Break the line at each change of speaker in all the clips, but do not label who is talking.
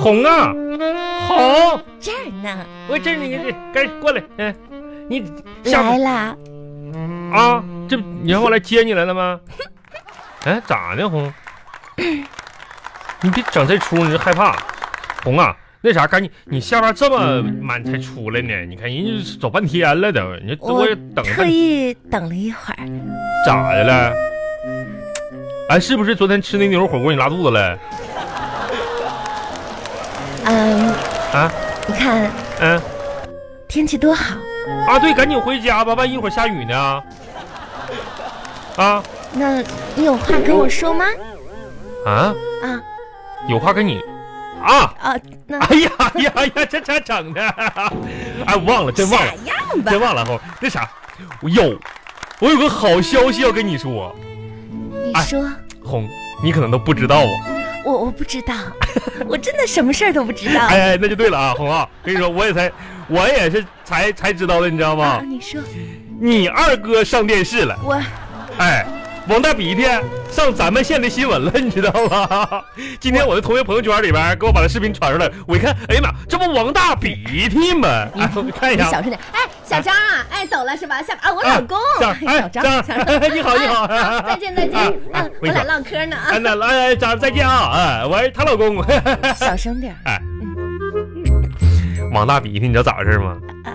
红啊，红！
这儿呢，
我这你这赶过来，嗯，你下
来啦，
啊，这你让我来接你来了吗？ 哎，咋的，红？你别整这出，你就害怕。红啊，那啥，赶紧，你下班这么晚才出来呢？你看人家走半天了都，你说
我
我等
特
半
意等了一会儿，
咋的了？哎，是不是昨天吃那牛肉火锅你拉肚子了？
嗯，
啊，
你看
嗯、
天气多好，
啊，对，赶紧回家吧，万一一会儿下雨呢。啊
那你有话跟我说吗？
啊，
啊
有话跟你啊。
啊，那
哎呀哎呀哎呀，这咋整的？哎，我忘了，真忘了，
咋样吧
真？忘了哈。那啥，我有，我有个好消息要跟你说，
你
哎
说，
红，你可能都不知道啊。
我我 不知道，我真的什么事儿都不知道。
哎哎，那就对了啊，红啊，跟你说，我也才，我也是才才知道的，你知道吗？
啊，你说
你二哥上电视了，
我
哎，王大鼻涕上咱们县的新闻了，你知道吗？今天我的同学朋友圈里边给我把他视频传出来，我一看，哎呀妈，这不王大鼻涕吗？哎，我看一
你
下，
小声点。哎，小张啊，哎，走了是吧？下啊，我老公，
啊
哎小张，
张
小张，
哎你好你好
哎再见再见
啊。哎我
嗯，我
跟你
俩
讲
唠嗑呢啊
哎，。那来，咱再见啊！哎，我是她老公，
小声点
哎，王大鼻涕，你知道咋回事吗？
啊！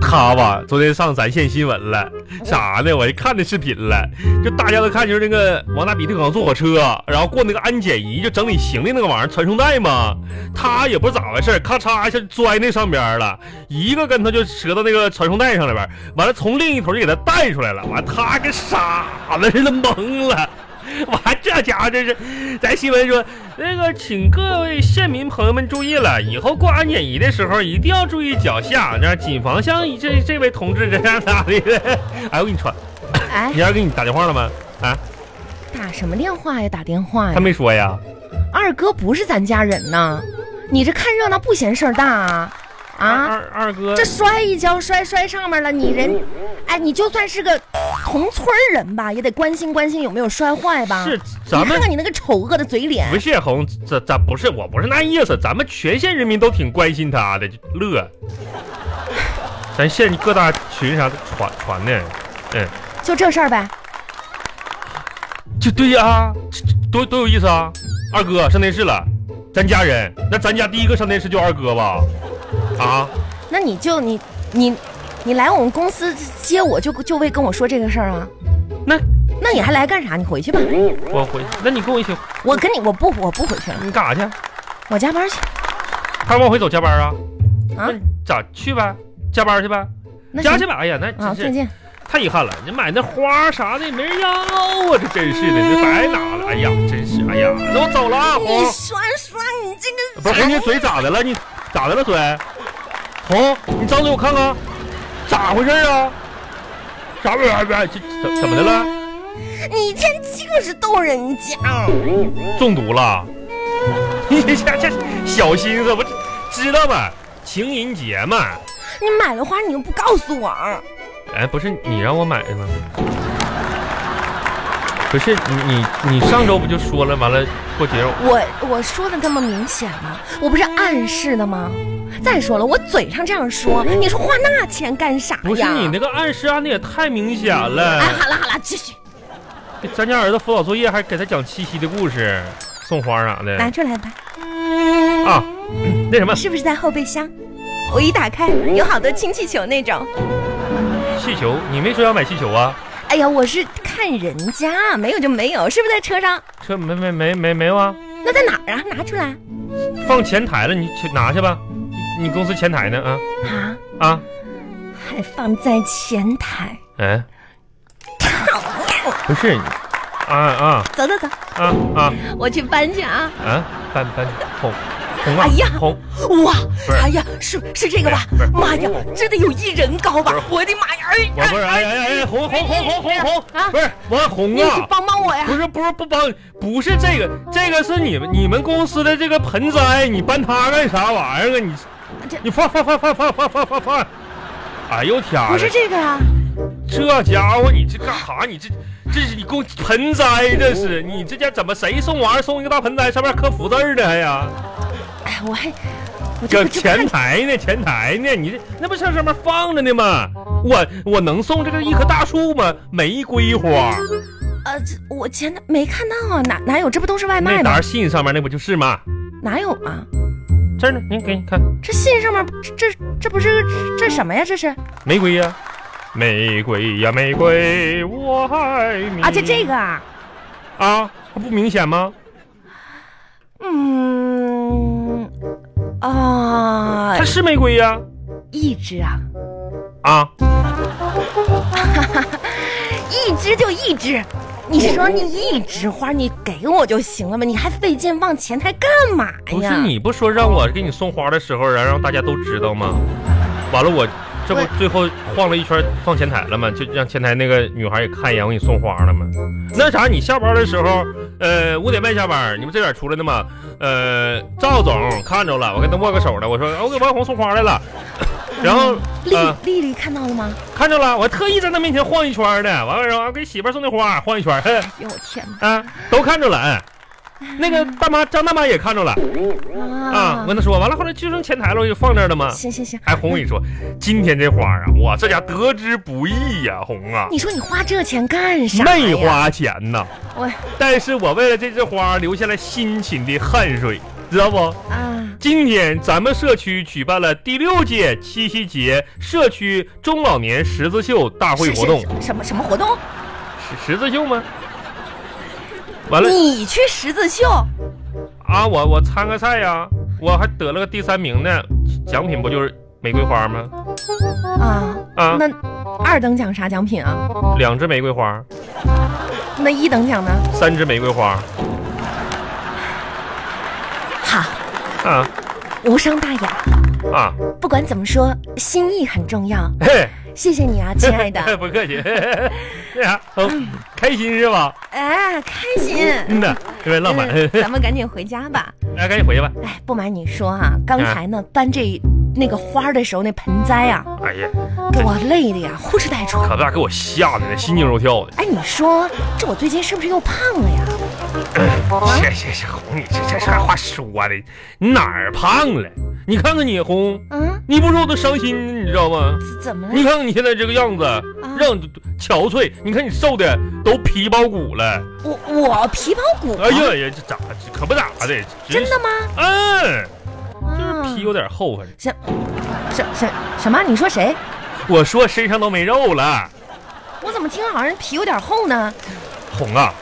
他吧，昨天上咱县新闻了，啥呢？我一看那视频了，就大家都看，就是那个王大比特刚坐火车，然后过那个安检仪，就整理行李那个玩意儿，传送带嘛。他也不知道咋回事，咔嚓一下就摔那上边了，一个跟头就折到那个传送带上了边，完了从另一头就给他带出来了，完了他跟傻子似的懵了。 完，这家伙真是，咱新闻说那个，请各位县民朋友们注意了，以后过安检仪的时候一定要注意脚下，那谨防像这这位同志这样咋的。 哎，我给你传，
哎
你，二给你打电话了吗？啊，
打什么电话呀？打电话
他
呀！
没说呀。
二哥不是咱家人呐，你这看热闹不嫌事儿大啊？啊，
二二哥
这摔一跤摔摔上面了，你人，哎，你就算是个同村儿人吧，也得关心关心有没有摔坏吧？
是
你
咱们
看看你那个丑恶的嘴脸，
不是红，咱咱不是，我不是那意思，咱们全县人民都挺关心他的，就乐。咱县各大群啥的传传的，嗯，
就这事儿呗。
就对呀、这这多多有意思啊！二哥上电视了，咱家人，那咱家第一个上电视就二哥吧？啊，
那你就你你你来我们公司接我就就为跟我说这个事儿啊？
那
那你还来干啥？你回去吧。
我回，那你跟我一起，
我跟你我不我不回去了，
你干啥去？
我加班去
还往回走加班啊？
啊
那你咋去呗？加班去呗？
那
加
行
去吧！哎呀，那
啊，
真
再
是
见。
太遗憾了，你买那花啥的也没人要啊！这真是的，这白拿了。哎呀，真是，哎呀，那我走了啊，红。
刷刷你这个
不是，红，你嘴咋的了？你咋的了嘴？红，你张嘴我看看，咋回事啊？啥玩意儿？这怎怎么的了？
你一天就是逗人家。
中毒了？你这这小心思，我这知道吗？情人节嘛，
你买了花，你又不告诉我。
哎，不是你让我买的吗？不是你你你上周不就说了？完了过节我
我我说的这么明显吗？我不是暗示的吗？再说了，我嘴上这样说，你说花那钱干啥呀？
不是你那个暗示按的也太明显了
哎，，好了好了，继续
给咱家儿子辅导作业还给他讲七夕的故事，送花啥的
拿出来吧，
啊，那什么
是不是在后备箱？我一打开，有好多氢气球那种。
气球，你没说要买气球啊？
哎呀，我是看人家，没有就没有，是不是在车上？
车没没没没没有啊？
那在哪儿啊？拿出来
放前台了，你去拿去吧。你你公司前台呢？啊
啊！
啊，
还放在前台。
哎，
讨厌！
不是，你啊啊
走走走，
啊啊
我去搬去啊！
啊，搬搬红红啊，
哎呀
红，
哇
不是，
哎呀，是是这个吧
不是？不是
妈呀，真的有一人高吧
不是？
我的妈呀！哎啊
我不是，哎哎哎哎，红红红红红红，不是王红
你去
啊。
帮帮我呀
不！是不是不帮，不是这个，这个是你们你们公司的这个盆栽，你搬它干啥玩意儿啊？你
这
你放放放放放放放放放！哎呦天儿
不！是这个啊，
这家伙，你这干啥？你这这是你给我盆 栽，这是你这家怎么谁送玩意儿送一个大盆栽，上面刻福字儿呢？还呀？
哎，我还我这
叫
不这不看
前台呢，前台呢，你这那不上上面放着呢吗？我我能送这个一棵大树吗？玫瑰花，
呃，这我前台没看到啊，哪哪有？这不都是外卖
那
吗？
沓信上面那不就是吗？
哪有啊？
这儿呢，你给你看，
这信上面这这这不是这什么呀？这是
玫瑰呀、玫瑰呀、玫瑰，我爱你
啊，就这个啊？
啊，它不明显吗？
嗯啊
它，是玫瑰呀、
一只啊，
啊，
一只就一只。你是说
哦
你一枝花你给我就行了吗？你还费劲往前台干嘛哎呀？
不是你不说让我给你送花的时候，然后让大家都知道吗？完了我这不
我
最后晃了一圈放前台了吗？就让前台那个女孩也看一眼，我给你送花了吗？那啥，你下班的时候，呃，五点半下班，你们这点出来的吗？呃，赵总看着了，我跟他握个手呢，我说、啊我给王红送花来了， 然后
丽
呃
丽丽看到了吗？
看着了，我特意在他面前晃一圈呢，完了然后给媳妇儿送的花晃一圈，嘿，
哎呦我天
啊，都看着了，哎，那个大妈张大妈也看着了
哪！
啊，我哎跟她说，完了后来就剩前台了，我就放这儿了嘛，
行行行，
还红我跟你说，今天这花啊，我这家得之不易呀、红啊，
你说你花这钱干啥呀？
没花钱呐，
我
但是我为了这枝花流下了辛勤的汗水，知道不？
啊，
今天咱们社区举办了第六届七夕节社区中老年十字绣大会
是
活动
是，是什么什么活动？
十十字绣吗？完了
你去十字绣
啊，我我参个赛呀、我还得了个第三名呢，奖品不就是玫瑰花吗？
啊？
啊，
那二等奖啥奖品啊？
两只玫瑰花，
那一等奖呢？
三只玫瑰花
好，
啊
无伤大雅。
啊，
不管怎么说，心意很重要。
嘿，
谢谢你啊，亲爱 的。
不客气，那啥，哦开心是吧？
哎，开心。
嗯呐，特别浪漫，
嗯咱们赶紧回家吧。
来赶紧回去吧。
哎，不瞒你说哈、刚
啊
才呢搬这那个花儿的时候，那盆栽啊，
哎呀，
给我累的呀，呼哧带喘。
可不咋给我吓的呢，心惊肉跳的。
哎，你说这我最近是不是又胖了呀？哦
这这这红，你这这啥话说的？你哪儿胖了？你看看你红，
嗯，
你不说我都伤心，你知道吗？
怎怎么了
你？看看你现在这个样子，
啊
让你憔悴。你看你瘦的都皮包骨了。
我我皮包骨吗
哎呀呀，这咋这可不咋的？
啊真的吗？
嗯，就是
啊
皮有点厚，反正
什什什什么？你说谁？
我说身上都没肉了。
我怎么听好像皮有点厚呢？
红啊，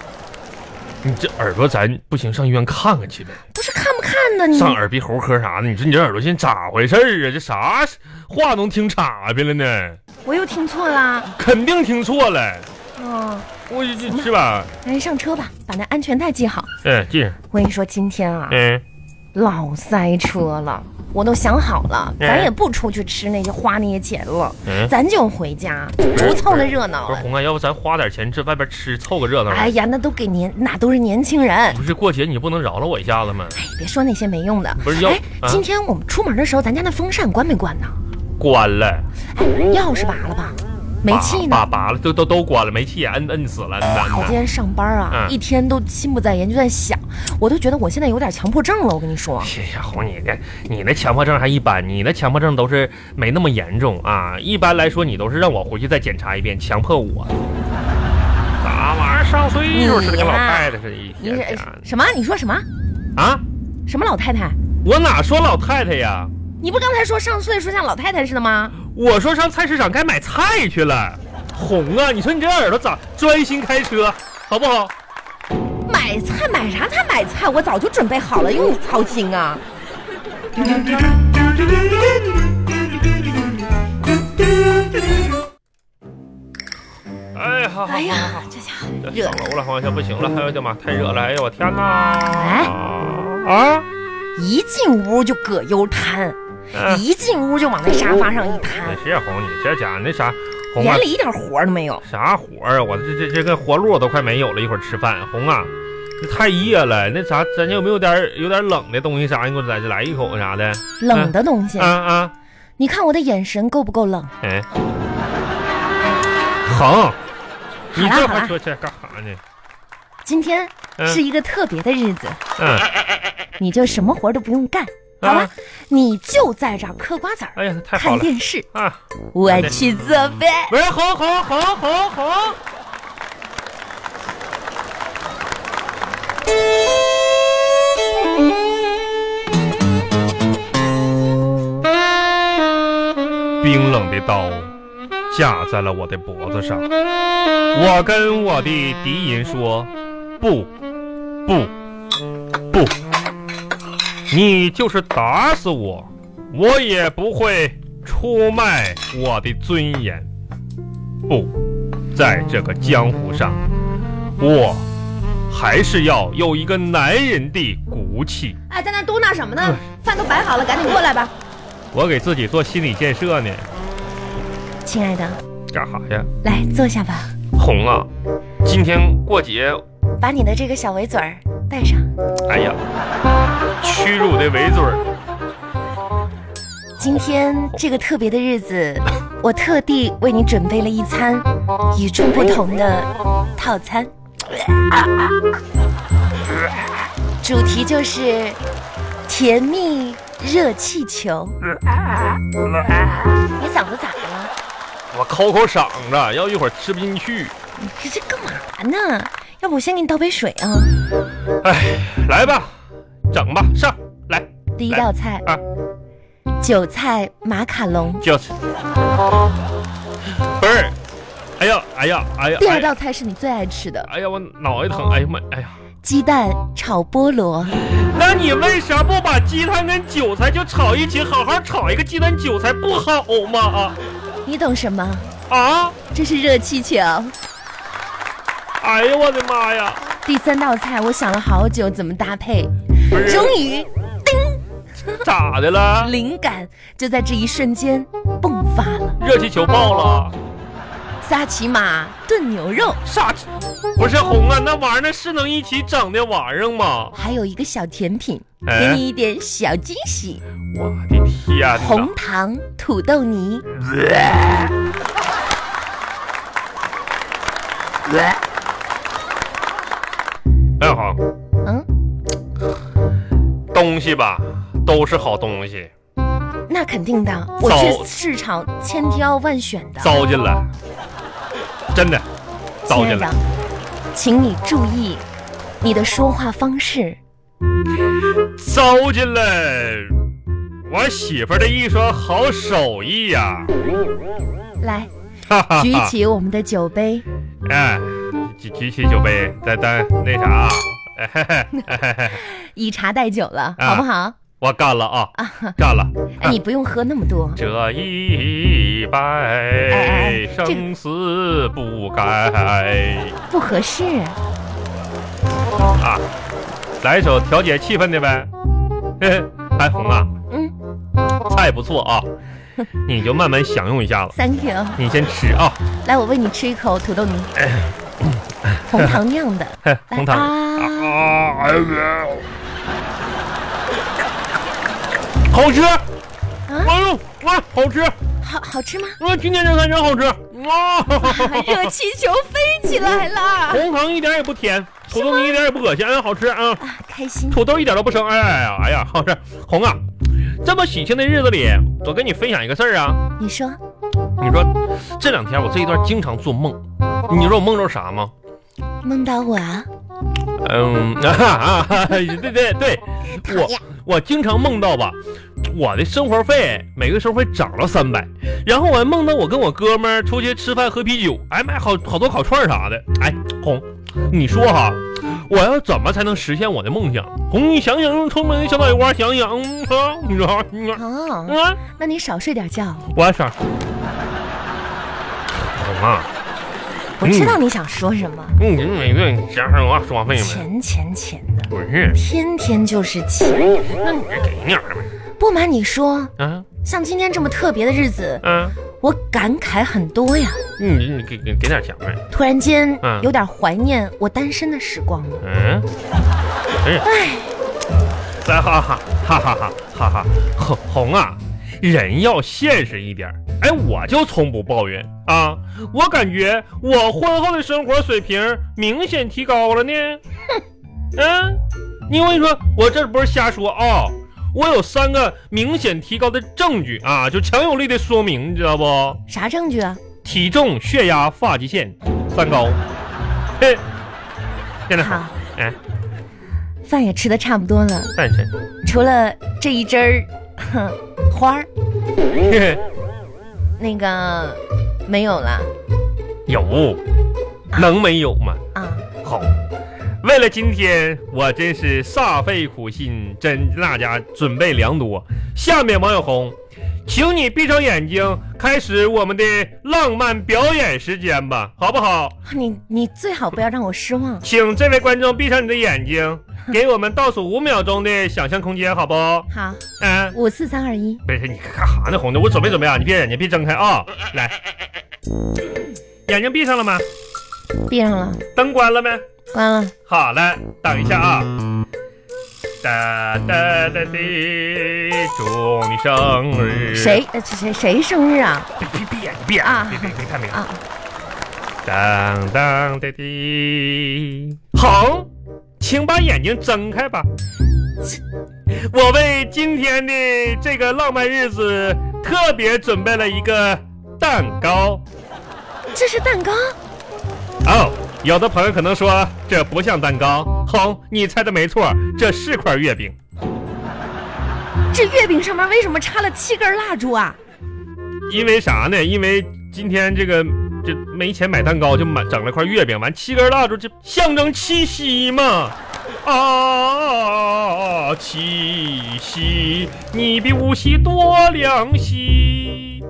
你这耳朵咱不行，上医院看看去呗。
不是看不看呢？你
上耳鼻喉科啥的，你说你这耳朵现在咋回事儿啊？这啥话能听岔劈了呢？
我又听错啦。
肯定听错了，
哦，
我这这是吧？
哎，上车吧，把那安全带系好。
嗯，进来，
我跟你说，今天啊，
嗯，
老塞车了，我都想好了，
嗯
咱也不出去吃那些花那些钱了，
嗯
咱就回家，不凑那热闹
不是
了。
红啊，要不咱花点钱这外边吃凑个热闹吧。
哎呀，那都给年，那都是年轻人，
不是过节你不能饶了我一下子吗？
别说那些没用的。
不是要
哎，
啊
今天我们出门的时候，咱家那风扇关没关呢？
关了，
钥匙拔了吧？没气呢。
拔拔了，都都都关了，煤气也摁摁死了，男
我今
的。
天上班啊，
嗯
一天都心不在焉，就在想，我都觉得我现在有点强迫症了。我跟你说，
哎呀，红你的，你那强迫症还一般，你那强迫症都是没那么严重啊。一般来说，你都是让我回去再检查一遍，强迫我。咋玩意儿？上岁数似的，跟老太太似的，一
你
哎天啊
是哎
天
什么？你说什么？
的啊！
什么老太太？
我哪说老太太呀？
你不刚才说上岁数像老太太似的吗？
我说上菜市场该买菜去了。红啊，你说你这耳朵咋专心开车，好不好？
买菜买啥菜买菜，我早就准备好了，用你操心啊？
哎呀，好好好
哎呀，这家伙热
上
的，
楼了，黄小不行了，哎呦我的妈，太热了，哎呦我天哪！
哎
啊
一进屋就葛优瘫，
啊！
一进屋就往那沙发上一
那
瘫，
谁呀红你这家伙那啥嗯红啊
眼里一点活儿都没有。
啥活儿啊？我这这这个活路我都快没有了，一会儿吃饭红啊，这太热了，那啥咱有没有点儿有点冷的东西啥？你给我来来一口啥的
冷的东西
啊，啊！
你看我的眼神够不够冷？
哎，红，你
好
这
了好
还
了
说这干啥呢？
今天
嗯
是一个特别的日子，
嗯，
你就什么活儿都不用干，好吧
啊，
你就在这儿嗑瓜子儿，
哎呀，太好了
看电视，
啊！
我去做饭。
不是，好好好好好。冰冷的刀架在了我的脖子上，我跟我的敌人说：“不，不，不，你就是打死我，我也不会出卖我的尊严。不，在这个江湖上，我还是要有一个男人的骨气。
哎，在那嘟囔什么呢？饭都摆好了，赶紧过来吧。
我给自己做心理建设呢，
亲爱的，
干啥呀？
来坐下吧，
红啊，今天过节，
把你的这个小围嘴儿带上。
哎呀，屈辱的围嘴儿。
今天这个特别的日子，我特地为你准备了一餐与众不同的套餐，主题就是甜蜜热气球。你嗓子咋了？
我抠抠嗓子，要一会儿吃不进去。
你这干嘛呢？要不我先给你倒杯水啊？
哎，来吧，整吧，上来
第一道菜，
啊，
韭菜马卡龙。
就是。 不是，哎呀，哎呀，哎呀，
第二
哎呀
道菜是你最爱吃的
哎呀，我脑袋疼，哎呀妈，哎呀，
鸡蛋炒菠萝。
那你为啥不把鸡蛋跟韭菜就炒一起，好好炒一个鸡蛋韭菜不好吗？
你懂什么？
啊，
这是热气球。
哎呀，我的妈呀！
第三道菜，我想了好久怎么搭配，
不是
终于
咋的了？
灵感就在这一瞬间迸发了。
热气球爆了，
沙琪玛炖牛肉，
啥？不是红啊，那玩意儿那是能一起整的玩意儿吗？
还有一个小甜品，
哎
给你一点小惊喜：
我的天哪！
红糖土豆泥。
哎好，
嗯，
东西吧都是好东西，
那肯定的，我
早
去市场千挑万选的。
糟践了，真的糟
亲爱
践了
的。，请你注意你的说话方式。
糟践了我媳妇儿的一双好手艺呀、
来，
哈哈哈
举起我们的酒杯。
哎，举举起酒杯，再再那啥啊、哎嘿嘿嘿嘿嘿
以茶代酒了，
啊
好不好？
我干了啊，干了！
哎，你不用喝那么多。
这一
哎
拜
这个
生死不改
不合适。
啊！来一首调节气氛的呗。嘿嘿，哎，红啊，
嗯
菜不错啊，你就慢慢享用一下子。
，Thank you。
你先吃啊，
来，我喂你吃一口土 豆泥，红糖酿的。
嘿红糖
啊
啊，哎呀，好吃！哎呦，哇，好吃！
好好吃吗？
哇，今天这菜真好吃！啊，
热气球飞起 来了，
红糖一点也不甜，土豆泥一点也不恶心，哎，好吃啊！
啊，开心。
土豆一点都不生，哎呀哎呀，好吃！红啊，这么喜庆的日子里，我跟你分享一个事儿啊。
你说
你说这两天我这一段经常做梦，你知道我梦着啥吗？
梦到我啊？
嗯， 啊啊啊对对对，
讨
我
厌，
我经常梦到吧，我的生活费每个生活费涨了三百，然后我还梦到我跟我哥们儿出去吃饭喝啤酒，哎买好好多烤串儿啥的。哎，红，你说哈，我要怎么才能实现我的梦想？红，你想想，用聪明的小脑瓜想想嗯啊，你知道嗯啊
哦，
啊，
那你少睡点觉。
我还想，红啊，嗯
我知道你想说什么，
你每个月加上我双费没？
钱钱钱的，
不是，
天天就是钱。
那你给你点儿呗。
不瞒你说，
啊
像今天这么特别的日子，
啊，
我感慨很多呀。
你你给给给点钱呗。
突然间
嗯
有点怀念我单身的时光了。
嗯，哎，来哈哈哈哈哈哈哈，红红啊，人要现实一点儿。哎，我就从不抱怨啊，我感觉我婚后的生活水平明显提高了呢。嗯，因为说我这不是瞎说啊、我有三个明显提高的证据啊，就强有力的说明，你知道不？
啥证据啊？
体重、血压、发际线、三高。嘿，现在好
好，，
哎，
饭也吃的差不多了，
但是，
除了这一汁儿 哼花儿，
嘿嘿
那个没有了
有，能没有吗？
啊。
好，为了今天，我真是煞费苦心，真大家准备良多。下面王小红，请你闭上眼睛，开始我们的浪漫表演时间吧，好不好？
你你最好不要让我失望。
请这位观众闭上你的眼睛，给我们倒数五秒钟的想象空间，好不？
好，
嗯、
五四三二一，
不是你干啥呢，红的？我准备准备啊，你别眼睛别睁开啊，来，眼睛闭上了吗？
闭上了，
灯关了没？
关了。
好了，等一下啊。哒哒哒滴，祝你生日！
谁？呃这谁谁生日啊？
别？别别别
啊
别别别看别看！
啊，
当当哒滴，红，请把眼睛睁开吧。我为今天的这个浪漫日子特别准备了一个蛋糕。
这是蛋糕，
哦，有的朋友可能说这不像蛋糕，红，你猜的没错，这是块月饼。
这月饼上面为什么插了七根蜡烛啊？
因为啥呢？因为今天这个这没钱买蛋糕，就买整了块月饼，完七根蜡烛，这象征七夕嘛。啊，七夕，你比五夕多两夕。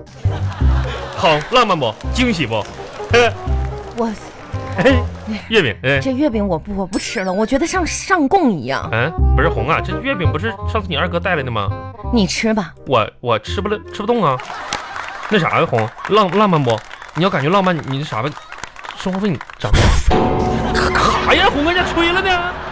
好，浪漫不？惊喜不？ 嘿
我
嘿月饼，哎，
这月饼我不我不吃了，我觉得像上供一样。
嗯、不是红啊，这月饼不是上次你二哥带来的吗？
你吃吧，
我我吃不了，吃不动啊。那啥呀、红，浪浪漫不？你要感 觉浪漫，你你那啥吧，生活费你涨。干啥呀，红哥，这吹了呢？